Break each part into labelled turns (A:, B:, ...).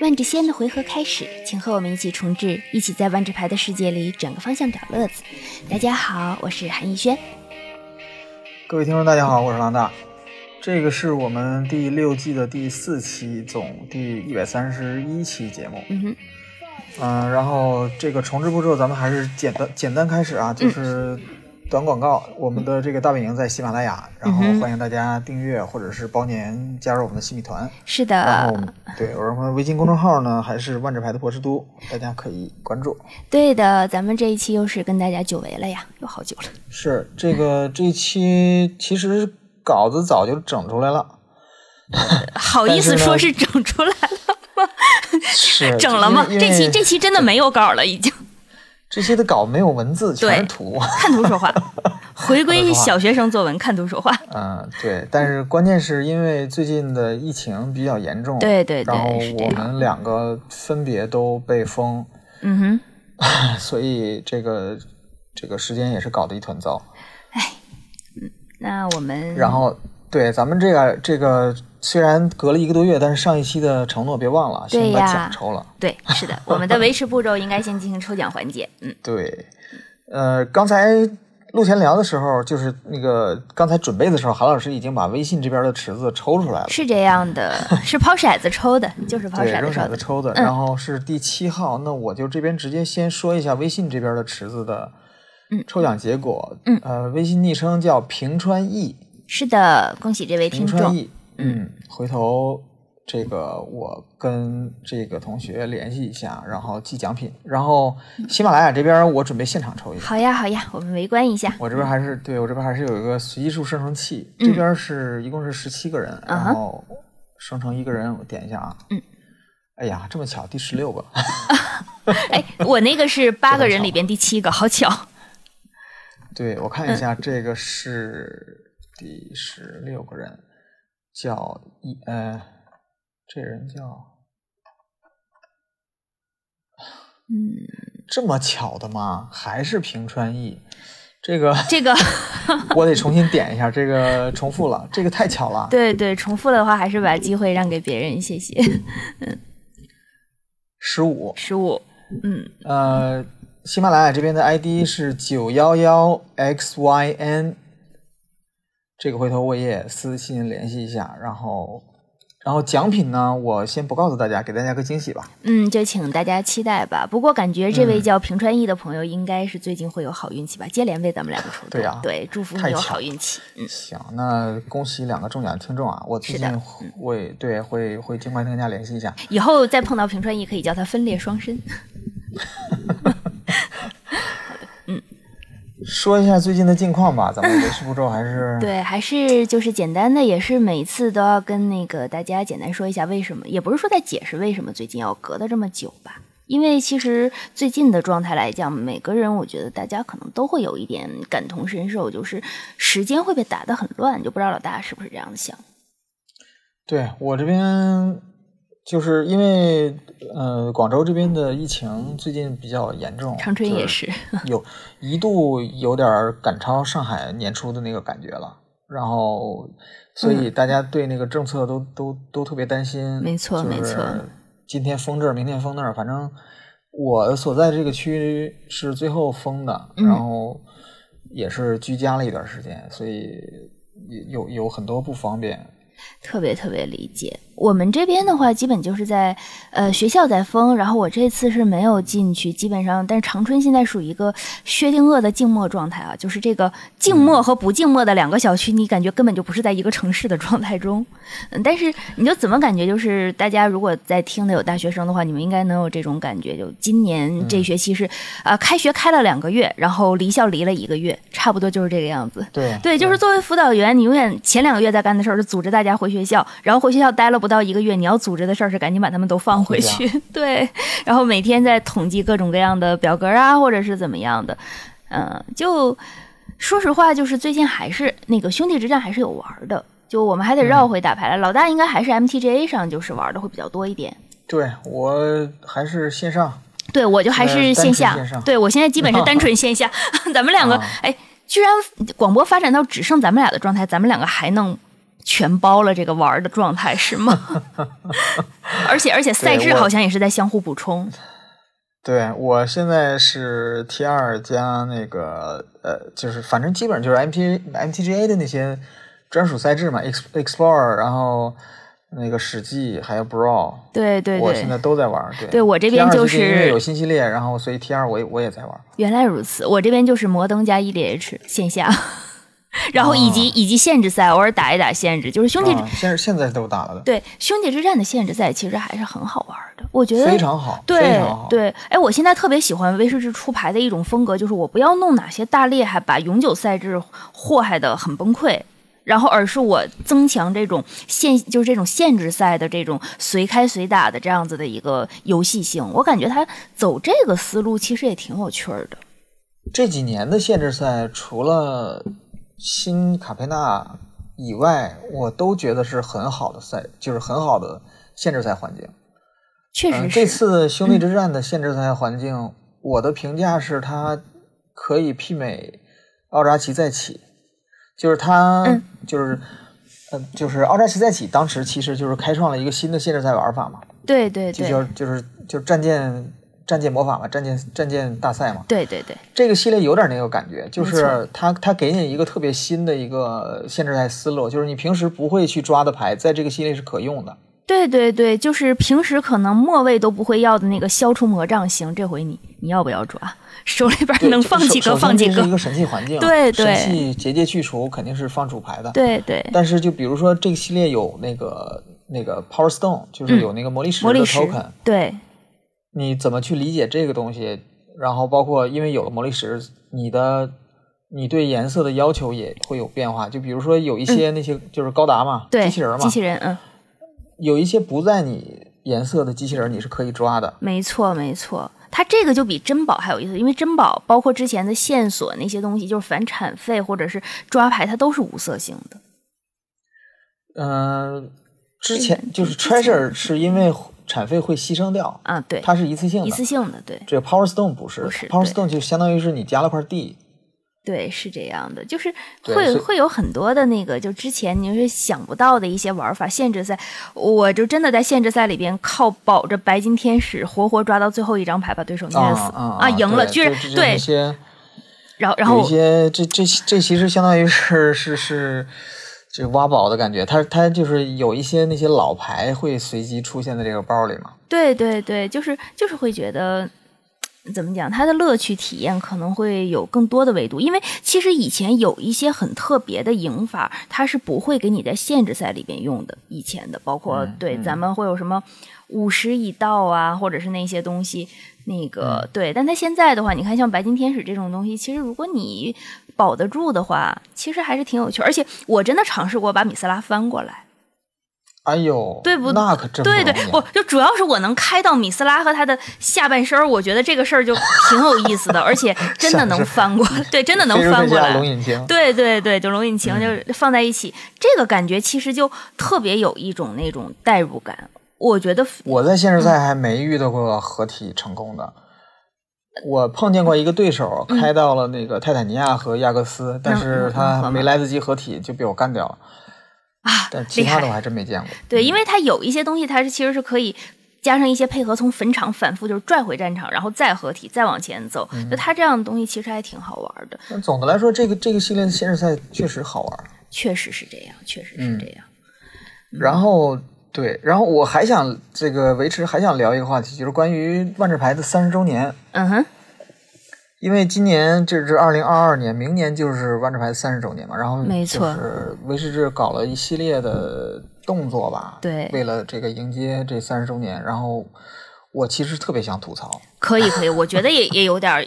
A: 万智仙的回合开始，请和我们一起重置，一起在万智牌的世界里转个方向找乐子。大家好，我是韩逸轩。
B: 各位听众，大家好，我是郎大。这个是我们第六季的第四期，总第一百三十一期节目。
A: 嗯哼，
B: 嗯、然后这个重置步骤，咱们还是简单简单开始
A: 嗯
B: 啊，就是短广告。我们的这个大本营在喜马拉雅，然后
A: 嗯哼
B: 欢迎大家订阅或者是包年加入我们的新米团。
A: 是
B: 然后我
A: 的，
B: 们对，然后微信公众号呢还是万智牌的博士都，大家可以关注。
A: 对的，咱们这一期又是跟大家久违了呀，又好久了。
B: 是这个这一期其实稿子早就整出 来了，
A: 好意思
B: 但是呢
A: 说是整出来了，
B: 是呃
A: 整了吗？
B: 因为
A: 这
B: 因
A: 期
B: 为
A: 这期真的没有稿了，已经
B: 这期的稿没有文字，全是
A: 对
B: 图。
A: 看图说话，回归
B: 说话
A: 小学生作文看图说话。
B: 嗯，对，但是关键是因为最近的疫情比较严重，
A: 对对对
B: 然后
A: 是这
B: 我
A: 样
B: 们两个分别都被封，
A: 嗯哼。
B: 所以这个这个时间也是搞得一团糟。
A: 那我们
B: 然后，对咱们这个这个虽然隔了一个多月，但是上一期的承诺别忘了，
A: 对
B: 先把
A: 呀
B: 奖抽了。
A: 对，是的，我们的维持步骤应该先进行抽奖环节。嗯，
B: 对，呃，刚才录前聊的时候，就是那个刚才准备的时候，韩老师已经把微信这边的池子抽出来了。
A: 是这样 的，是抛骰子抽的，就是抛
B: 对，
A: 骰
B: 扔
A: 子抽
B: 骰
A: 的嗯
B: 子。抽的，然后是第七号。那我就这边直接先说一下微信这边的池子的
A: 嗯
B: 抽奖结果。
A: 嗯
B: 呃，微信昵称叫平川易，
A: 是的，恭喜这位听
B: 平川
A: 众。
B: 易。嗯，回头这个我跟这个同学联系一下，然后寄奖品。然后喜马拉雅这边我准备现场抽一 个。
A: 好呀，好呀，我们围观一下。
B: 我这边还是对我这边还是有一个随机数生成器，这边是一共是十七个人，
A: 嗯
B: 然后生成一个人，我点一下啊。
A: 嗯。
B: 哎呀，这么巧，第十六个。
A: 哎，我那个是八个人里边第七个，好巧。
B: 对，
A: 嗯
B: 我看一下，这个是第十六个人，叫一呃，这人叫
A: 嗯，
B: 这么巧的吗？还是平川义？这个
A: 这个
B: 我得重新点一下，这个重复了，这个太巧了。
A: 对对，重复的话还是把机会让给别人，谢谢。
B: 十五，
A: 十五，嗯，
B: 呃，喜马拉雅这边的 ID 是九幺幺 xyn，这个回头我也私信联系一下，然后。然后奖品呢，我先不告诉大家，给大家个惊喜吧。
A: 嗯，就请大家期待吧。不过感觉这位
B: 嗯
A: 叫平川义的朋友，应该是最近会有好运气吧？接连为咱们两个出动，
B: 对呀
A: 对，祝福
B: 太
A: 你有
B: 巧
A: 好
B: 了
A: 运气。嗯，
B: 行，那恭喜两个中奖听众啊！我最
A: 是的嗯
B: 近会对会会尽快跟大家联系一下。
A: 以后再碰到平川义，可以叫他分裂双身。
B: 说一下最近的近况吧，咱们维持步骤还是
A: 对，还是就是简单的，也是每次都要跟那个大家简单说一下为什么，也不是说在解释为什么最近要隔得这么久吧。因为其实最近的状态来讲，每个人我觉得大家可能都会有一点感同身受，就是时间会被打得很乱，就不知道老大是不是这样想。
B: 对我这边就是因为呃广州这边的疫情最近比较严重，
A: 长春也，
B: 就是有一度有点儿赶超上海年初的那个感觉了，然后所以大家对那个政策都、都都特别担心。
A: 嗯没错没错。
B: 今天封这儿，明天封那儿，反正我所在这个区是最后封的，
A: 嗯
B: 然后也是居家了一段时间，所以有有有很多不方便。
A: 特别特别理解。我们这边的话，基本就是在呃学校在封，然后我这次是没有进去，基本上，但是长春现在属于一个薛定谔的静默状态啊，就是这个静默和不静默的两个小区，你感觉根本就不是在一个城市的状态中。嗯，但是你就怎么感觉，就是大家如果在听的有大学生的话，你们应该能有这种感觉，就今年这学期是啊、呃开学开了两个月，然后离校离了一个月，差不多就是这个样子。
B: 对
A: 对，就是作为辅导员，你永远前两个月在干的事儿是组织大家回学校，然后回学校待了不到一个月，你要组织的事儿是赶紧把他们都放回去。 对，啊然后每天在统计各种各样的表格啊，或者是怎么样的，嗯、就说实话，就是最近还是那个兄弟之战还是有玩儿的，就我们还得绕回打牌来。老大应该还是 MTGA 上就是玩儿的会比较多一点。
B: 对我还是线上，
A: 对我就还是线下，
B: 呃单纯线上
A: 对我现在基本是单纯线下， 咱们两个
B: 啊
A: 哎，居然广播发展到只剩咱们俩的状态，咱们两个还能全包了这个玩儿的状态是吗？ 而且而且赛
B: 对
A: 制
B: 我
A: 好像也是在相互补充。
B: 对我现在是 T 二加那个呃，就是反正基本上就是 M P M T G A 的那些专属赛制嘛，Ex Explore，然后那个史记还有 Brawl，
A: 对对
B: 我现在
A: 对，
B: 都在玩儿。对，
A: 对我这边
B: T2
A: 就
B: 最近因为
A: 是
B: 有新系列，然后所以 T 二我也我也在玩儿。
A: 原来如此。我这边就是摩登加 EDH 线下， 然后以及、以及限制赛，偶尔打一打限制，就是兄弟、
B: 啊，现在现在都打了的，
A: 对兄弟之战的限制赛其实还是很好玩的，我觉得
B: 非常好，非
A: 对
B: 常好。
A: 对，哎，我现在特别喜欢威士忌出牌的一种风格，就是我不要弄哪些大厉害，把永久赛制祸害的很崩溃，然后而是我增强这种限，就是这种限制赛的这种随开随打的这样子的一个游戏性。我感觉他走这个思路其实也挺有趣儿的。
B: 这几年的限制赛，除了新卡佩纳以外，我都觉得是很好的赛，就是很好的限制赛环境。
A: 确
B: 嗯、
A: 实
B: 这
A: 是，
B: 次兄弟之战的限制赛环境，我的评价是它可以媲美奥扎奇再起，就是它、
A: 嗯
B: 就是。嗯，就是奥扎奇再起，当时其实就是开创了一个新的限制赛玩法嘛，
A: 对对
B: 就
A: 对，
B: 叫就是就是战舰战舰魔法嘛，战舰战舰大赛嘛。
A: 对对对，
B: 这个系列有点那个感觉，就
A: 没
B: 是它它给你一个特别新的一个限制赛思路，就是你平时不会去抓的牌，在这个系列是可用的。
A: 对对对，就是平时可能末位都不会要的那个消除魔障型，这回你你要不要抓？手里边儿能放几
B: 首
A: 个放几
B: 首先这是一
A: 个。
B: 个神器环境，啊
A: 对对
B: 神器结界去除肯定是放主牌的。
A: 对对，
B: 但是就比如说这个系列有那个那个 Power Stone，就是
A: 嗯
B: 有那个魔力石
A: 魔
B: 的
A: 力石
B: token，、
A: 对
B: 你怎么去理解这个东西？然后包括因为有了魔力石，你的你对颜色的要求也会有变化。就比如说有一些那些就是高达嘛，
A: 嗯对，
B: 机器人嘛，
A: 机器人，嗯，
B: 有一些不在你颜色的机器人，你是可以抓的。
A: 没错没错。它这个就比珍宝还有意思，因为珍宝包括之前的线索那些东西，就是返产费或者是抓牌，它都是无色性的。
B: 嗯、之
A: 这
B: 前
A: 个
B: 就是
A: 嗯之前
B: treasure 是因为产费会牺牲掉，
A: 啊，对，
B: 它是一次性
A: 一
B: 的
A: 次。性的，对。
B: 这个 power stone 不是
A: 不是
B: p o w e r
A: 对
B: stone 就相当于是你加了块地，
A: 对，是这样的，就是
B: 对
A: 会
B: 所以
A: 会有很多的那个，就之前你是想不到的一些玩法。限制赛，我就真的在限制赛里边靠保着白金天使，活活抓到最后一张牌，把对手虐
B: 啊
A: 死
B: 啊啊
A: 赢了，
B: 对
A: 居然
B: 这这
A: 对
B: 这，些
A: 然后然后
B: 有一
A: 我
B: 些这这这其实相当于是是是这挖宝的感觉，它它就是有一些那些老牌会随机出现在这个包里嘛。
A: 对对对，就是就是会觉得。怎么讲？它的乐趣体验可能会有更多的维度，因为其实以前有一些很特别的赢法，它是不会给你在限制赛里边用的。以前的，包括
B: 嗯
A: 对、
B: 嗯
A: 咱们会有什么五十已到啊，或者是那些东西，那个、
B: 嗯
A: 对。但它现在的话，你看像白金天使这种东西，其实如果你保得住的话，其实还是挺有趣。而且我真的尝试过把米斯拉翻过来。
B: 哎呦，
A: 对不
B: 那可真不
A: 对对
B: 容易啊，
A: 不就主要是我能开到米斯拉和他的下半身儿，我觉得这个事儿就挺有意思 的，而且真的能翻过， 对，真的能
B: 飞入
A: 翻
B: 这
A: 过
B: 架龙
A: 来。
B: 引擎，
A: 对对对，就龙引擎就放在一起，这个感觉其实就特别有一种那种代入感。我觉得
B: 我在限制赛还没遇到过合体成功的。我碰见过一个对手
A: 嗯
B: 开到了那个泰坦尼亚和亚各斯，但是
A: 能
B: 他
A: 合吗
B: 没来得及合体就被我干掉了。
A: 啊，
B: 但其
A: 厉
B: 他的嗯我
A: 害，
B: 还真没见过。
A: 对，因为它有一些东西，它是其实是可以。加上一些配合，从坟场反复就是拽回战场，然后再合体，再往前走。就它这样的东西其实还挺好玩的，
B: 但总的来说，这个这个系列的限制赛确实好玩。
A: 确实是这样，确实是
B: 嗯
A: 这样。嗯
B: 然后对，然后我还想这个维持还想聊一个话题，就是关于万智牌的三十周年。
A: 嗯哼，
B: 因为今年这是二零二二年，明年就是万智牌三十周年嘛，然后
A: 没错
B: 就是威士忌搞了一系列的动作吧，
A: 对
B: 为了这个迎接这三十周年，然后我其实特别想吐槽，
A: 可以可以，我觉得也也有点儿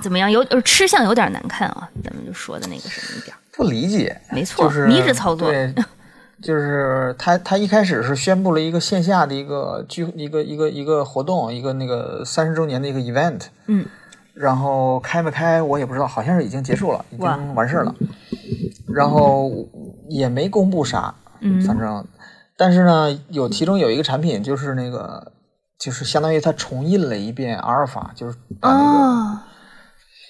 A: 怎么样，有呃吃相有点难看啊。咱们就说的那个什么一点儿，
B: 不理解，
A: 没错，
B: 就是
A: 迷之操作，
B: 对，就是他他一开始是宣布了一个线下的一个聚一个一个一个活动，一个那个三十周年的一个 event，
A: 嗯，
B: 然后开没开我也不知道，好像是已经结束了，已
A: 哇
B: 经完事儿了，然后也没公布啥，反
A: 嗯，
B: 正，但是呢，有其中有一个产品就是那个，就是相当于它重印了一遍阿尔法，就是把那个，
A: 哦，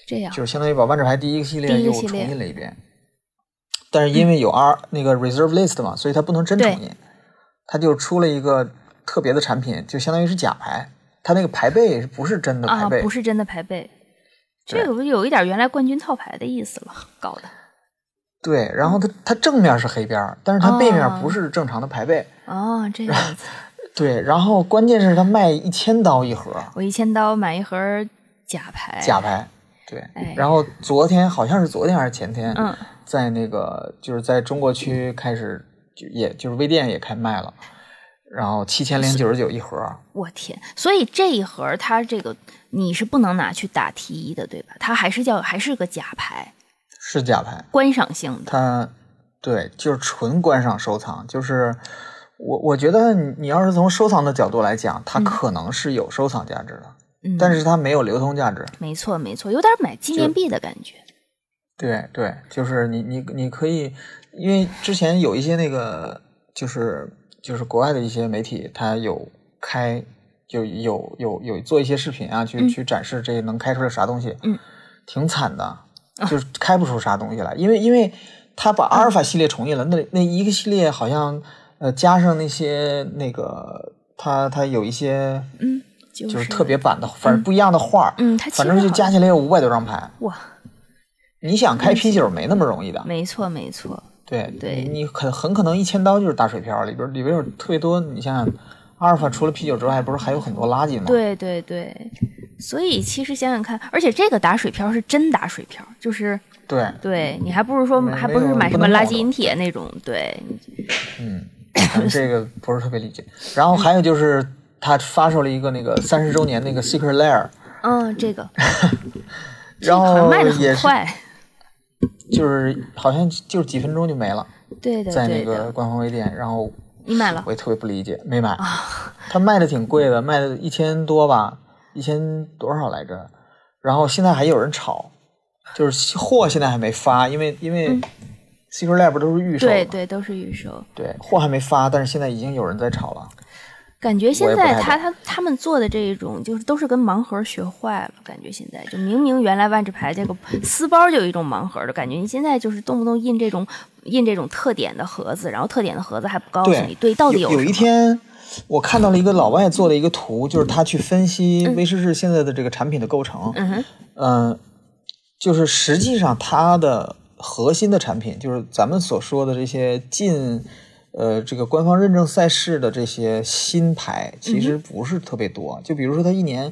A: 这样，
B: 就是相当于把万智牌第一个系列
A: 第一个
B: 又
A: 系
B: 重
A: 列
B: 印了一遍。但是因为有 R、那个 reserve list 嘛，所以它不能真宠你，它就出了一个特别的产品，就相当于是假牌，它那个牌背不是真的牌
A: 啊，
B: 背，
A: 不是真的排背，
B: 对
A: 这个不有一点原来冠军套牌的意思了，搞 的。
B: 对，然
A: 嗯
B: 后它它正面是黑边儿，但是它背面不是正常的牌背，
A: 哦，这样子，
B: 对，然后关键是它卖一千刀一盒
A: 我一千刀买一盒假牌，
B: 假牌，对，
A: 哎
B: 然后昨天好像是昨天还是前天，
A: 嗯，
B: 在那个就是在中国区开始就也就是微店也开卖了，然后七千零九十九一盒，
A: 我天！所以这一盒它这个你是不能拿去打 T 一的，对吧？它还是叫还是个假牌，
B: 是假牌。
A: 观赏性的。
B: 它对，就是纯观赏收藏，就是我我觉得你你要是从收藏的角度来讲，它可能是有收藏价值的，
A: 嗯，
B: 但是它没有流通价值。
A: 没错没错，有点买纪念币的感觉。
B: 对对，就是你你你可以，因为之前有一些那个就是就是国外的一些媒体，它有开有有有有做一些视频啊，去、
A: 嗯
B: 去展示这能开出来啥东西，
A: 嗯，哦
B: 挺惨的，就是开不出啥东西来，因为因为它把阿尔
A: 嗯
B: 法系列重印了，那那一个系列好像呃加上那些那个它它有一些
A: 嗯，就
B: 就是特别版的，反正不一样的画儿，
A: 嗯，它其实
B: 反正就
A: 好
B: 加起来有五百多张牌，
A: 哇，
B: 你想开啤酒没那么容易的。
A: 嗯没错没错，
B: 对
A: 对
B: 你你很很可能一千刀就是打水漂，里边里边有特别多。你想想，阿尔法除了啤酒之外，不是还有很多垃圾吗？，
A: 对对对。所以其实想想看，而且这个打水漂是真打水漂，就是
B: 对
A: 对你还不如说
B: 没
A: 还不
B: 没
A: 是
B: 有
A: 买
B: 不
A: 什么
B: 能
A: 垃
B: 冒
A: 圾
B: 的
A: 饮铁那种，对，
B: 嗯，反正这个不是特别理解。然后还有就是，他发售了一个那个三十周年那个 Secret Lair，
A: 嗯，这个这
B: 然
A: 个好像
B: 后
A: 卖的
B: 也
A: 很
B: 是
A: 快，
B: 就是好像就是几分钟就没了，
A: 对的
B: 在
A: 对
B: 那个
A: 的，
B: 官方微店。然后
A: 你买了
B: 我也特别不理
A: 啊
B: 解，没买。他卖的挺贵的，卖的一千多吧，一千多少来着？然后现在还有人炒，就是货现在还没发，因为因为 Secret Lab 都是预售的嘛
A: 嗯对对都是预售。
B: 对货还没发，但是现在已经有人在炒了。
A: 感觉现
B: 我也
A: 在
B: 不
A: 他
B: 太
A: 他他们做的这一种，就是都是跟盲盒学坏了。感觉现在就明明原来万智牌这个撕包就有一种盲盒的感觉，你现在就是动不动印这种印这种特点的盒子，然后特点的盒子还不告诉
B: 对
A: 你对到底
B: 有
A: 什么。
B: 一天，我看到了一个老外做的一个图，就是他去分析威士忌现在的这个产品的构成。
A: 嗯哼，
B: 嗯，就是实际上它的核心的产品，就是咱们所说的这些进呃这个官方认证赛事的这些新牌，
A: 嗯
B: 其实不是特别多。就比如说它一年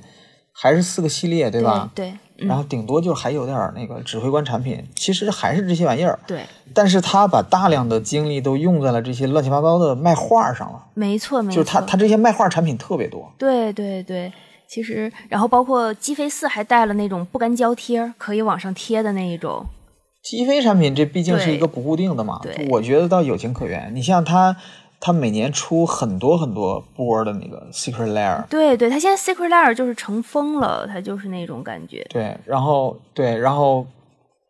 B: 还是四个系列，对
A: 对
B: 吧？
A: 对嗯
B: 然后顶多就还有点儿那个指挥官产品，其实还是这些玩意儿，
A: 对，
B: 但是他把大量的精力都用在了这些乱七八糟的卖画儿上了，
A: 没错没
B: 就
A: 错，
B: 是他他这些卖画儿产品特别多，
A: 对对对。其实，然后包括鸡飞四还带了那种不干胶贴儿，可以往上贴的那一种。
B: 积非产品这毕竟是
A: 对
B: 一个不固定的嘛
A: 对，
B: 我觉得倒有情可原。你像它，它每年出很多很多波的那个 Secret Layer，
A: 对对，它现在 Secret Lair 就是成风了，它就是那种感觉。
B: 对，然后对，然后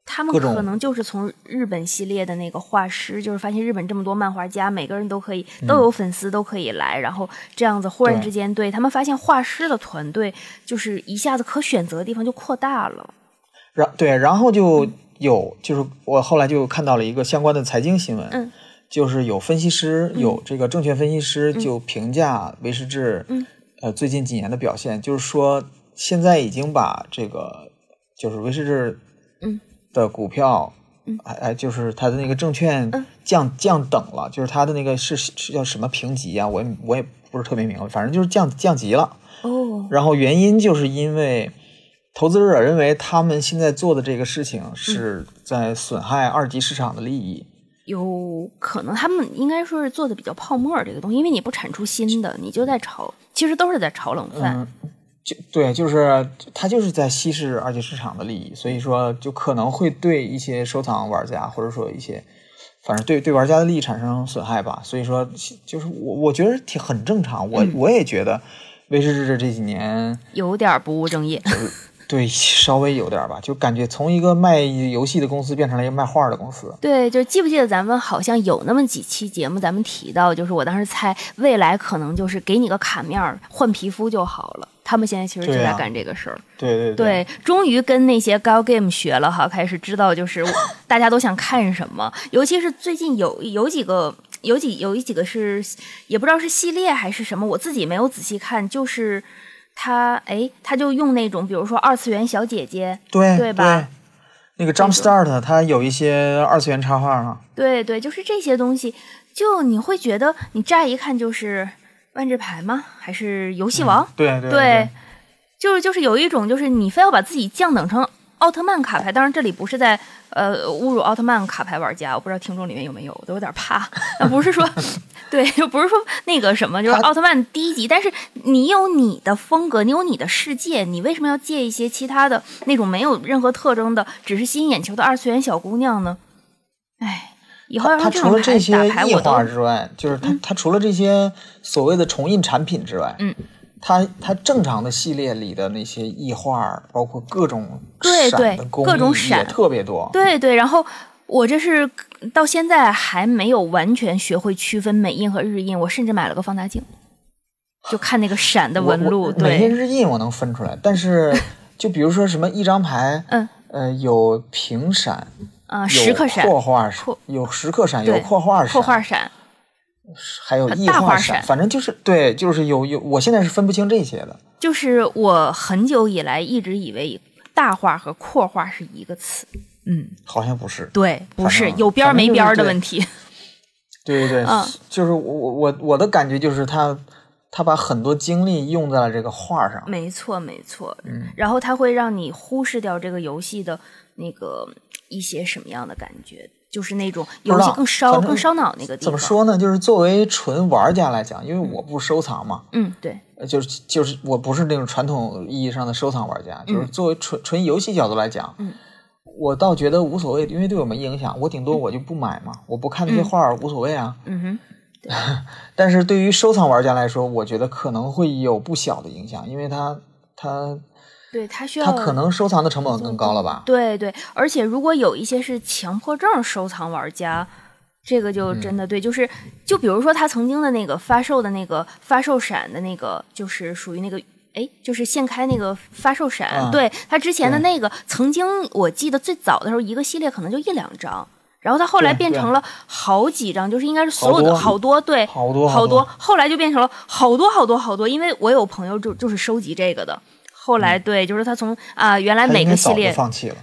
A: 他们
B: 各种
A: 可能就是从日本系列的那个画师，就是发现日本这么多漫画家，每个人都可以都有粉丝，都可以来，然后这样子忽然
B: 嗯对
A: 之间，对他们发现画师的团队就是一下子可选择的地方就扩大了。
B: 然对，然后
A: 嗯
B: 就有就是我后来就看到了一个相关的财经新闻，
A: 嗯
B: 就是有分析师、有这个证券分析师就评价威士忌，
A: 嗯
B: 呃最近几年的表现，就是说现在已经把这个就是威士忌
A: 嗯
B: 的股票，
A: 嗯
B: 哎哎，就是它的那个证券
A: 嗯
B: 降、降等了，就是它的那个是是是叫什么评级啊？我也我也不是特别明白，反正就是降降级了。
A: 哦，
B: 然后原因就是因为投资者认为他们现在做的这个事情是在损害二级市场的利益。
A: 有可能他们应该说是做的比较泡沫儿这个东西，因为你不产出新的，你就在炒，其实都是在炒冷饭。
B: 嗯，就对，就是他就是在稀释二级市场的利益，所以说就可能会对一些收藏玩家或者说一些。反正对对玩家的利益产生损害吧，所以说就是我我觉得挺很正常，我、我也觉得威士忌这这几年
A: 有点儿不务正业。
B: 对稍微有点儿吧，就感觉从一个卖游戏的公司变成了一个卖画儿的公司，
A: 对，就记不记得咱们好像有那么几期节目，咱们提到，就是我当时猜未来可能就是给你个卡面儿换皮肤就好了，他们现在其实就
B: 对
A: 在
B: 啊
A: 干这个事儿。
B: 对对啊对
A: 对，终于跟那些 gal game 学了哈，开始知道就是 大家都想看什么，尤其是最近有有几个。有几有一几个是也不知道是系列还是什么，我自己没有仔细看。就是他哎，他就用那种比如说二次元小姐姐，
B: 对
A: 对吧
B: 那个 Jump Start 它有一些二次元插画啊，
A: 对对，就是这些东西，就你会觉得你乍一看就是万智牌吗？还是游戏王？
B: 对对
A: 对，就是就是有一种就是你非要把自己降等成奥特曼卡牌，当然这里不是在呃侮辱奥特曼卡牌玩家，我不知道听众里面有没有，我都有点怕。呃不是 说对，就不是说那个什么，就是
B: 他
A: 奥特曼低级，但是你有你的风格，你有你的世界，你为什么要借一些其他的那种没有任何特征的，只是吸引眼球的二次元小姑娘呢？哎。以后要
B: 它
A: 让这
B: 除了
A: 种
B: 这
A: 牌
B: 些
A: 打牌，
B: 异
A: 我都
B: 化之外，就是它它除了这些所谓的重印产品之外，
A: 嗯，
B: 它它正常的系列里的那些异画，包括各种
A: 对
B: 闪
A: 对
B: 的工
A: 各种
B: 艺也
A: 闪
B: 特别多，
A: 对对，然后我这是到现在还没有完全学会区分美印和日印，我甚至买了个放大镜，就看那个闪的
B: 我
A: 纹路。
B: 我每天
A: 对，
B: 日印我能分出来，但是就比如说什么一张牌，
A: 嗯，
B: 呃，有平闪，
A: 啊，
B: 有
A: 时刻闪、
B: 扩画闪
A: 扩，
B: 有时刻闪，有
A: 对
B: 扩画闪，
A: 扩画闪，
B: 还有异
A: 大画
B: 闪，
A: 闪
B: 反正就是对，就是有有，我现在是分不清这些的。
A: 就是我很久以来一直以为大画和扩画是一个词。嗯，
B: 好像不是，
A: 对，不是
B: 反正
A: 有边儿没边儿的
B: 反
A: 问
B: 正
A: 题。
B: 对对对，
A: 嗯
B: 就是我我我我的感觉就是他他把很多精力用在了这个画上，
A: 没错，没错。嗯然后它会让你忽视掉这个游戏的那个一些什么样的感觉，就是那种游戏更烧、
B: 反正
A: 更烧脑那个地方。
B: 怎么？说呢？就是作为纯玩家来讲，因为我不收藏嘛，
A: 嗯，对，
B: 呃就是就是我不是那种传统意义上的收藏玩家，就是作为纯纯游戏角度来讲，
A: 嗯
B: 我倒觉得无所谓，因为对我没影响，我顶多我就不买嘛，我不看那些画儿无所谓啊。
A: 嗯哼，
B: 但是对于收藏玩家来说，我觉得可能会有不小的影响，因为他他
A: 对，它需要
B: 他可能收藏的成本更高了吧？
A: 对对，而且如果有一些是强迫症收藏玩家，这个就真
B: 嗯
A: 的对，就是就比如说他曾经的那个发售的那个发售闪的那个，就是属于那个。哎，就是现开那个发售闪，
B: 啊
A: 对他之前的
B: 对
A: 那个，曾经我记得最早的时候，一个系列可能就一两张，然后他后来
B: 对
A: 变
B: 对
A: 成了好几张，就是应该是所有的
B: 好多
A: 好多对
B: 好多
A: 好
B: 多，
A: 后来就变成了好多好多好多，因为我有朋友就就是收集这个的，后来对，就是他从啊、原来
B: 嗯他
A: 每
B: 应该
A: 个系
B: 早就
A: 列
B: 放弃了。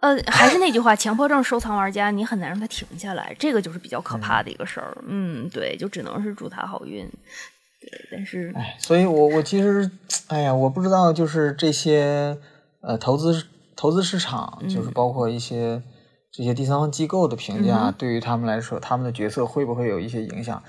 A: 呃，还是那句话，强迫症收藏玩家，你很难让他停下来，这个就是比较可怕的一个事儿。嗯，对，就只能是祝他好运。对，但是
B: 哎，所以我我其实，哎呀，我不知道，就是这些呃投资投资市场，
A: 嗯
B: 就是包括一些这些第三方机构的评价，对于他们来说，他们的决策会不会有一些影响？